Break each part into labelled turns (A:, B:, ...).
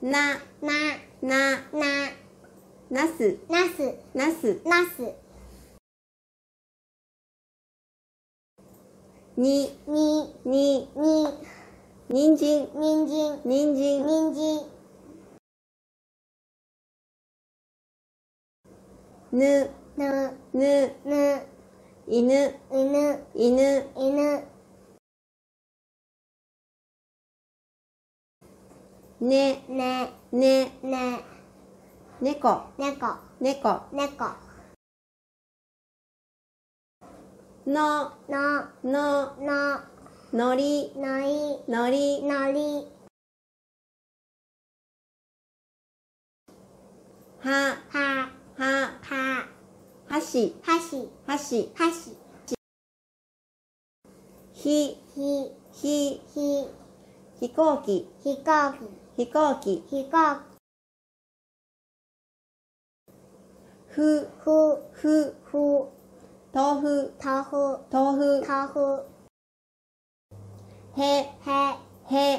A: な、
B: な、
A: な、
B: な、
A: なす、
B: なす、
A: なす。
B: なす。
A: に、
B: に、
A: に、
B: に、
A: にんじん、
B: にんじん、
A: にんじん。
B: にんじん、
A: ぬ、
B: ぬ、
A: ぬ、
B: ぬ、
A: いぬ、
B: いぬ、
A: いぬ。
B: いぬ、
A: ね、
B: ね、
A: ね、
B: ね、
A: ねこ、
B: ねこ、
A: ねこ。
B: ねこ、
A: の、
B: の、
A: の、
B: の、
A: のり、
B: の
A: の
B: り、
A: り。
B: のり、
A: は、
B: は、
A: は、
B: は、
A: はし、
B: はし、
A: はし。
B: はし、
A: ひ、
B: ひ、
A: ひ、
B: ひ、
A: 飛行機、
B: 飛行
A: 飛
B: 機、
A: 行機。
B: 飛行
A: ふ、
B: 機、ふ、
A: ふ、
B: ふ、
A: 豆腐、
B: 豆腐、
A: 豆腐。
B: 豆腐、
A: へ、
B: へ、
A: へ、
B: へ、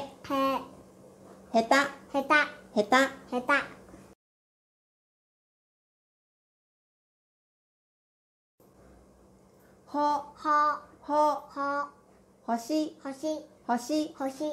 A: へた、
B: へた、
A: へた。
B: へた、
A: ほ、
B: ほ、
A: ほ、
B: ほ、
A: ほし、
B: 星、
A: ほし、
B: 星、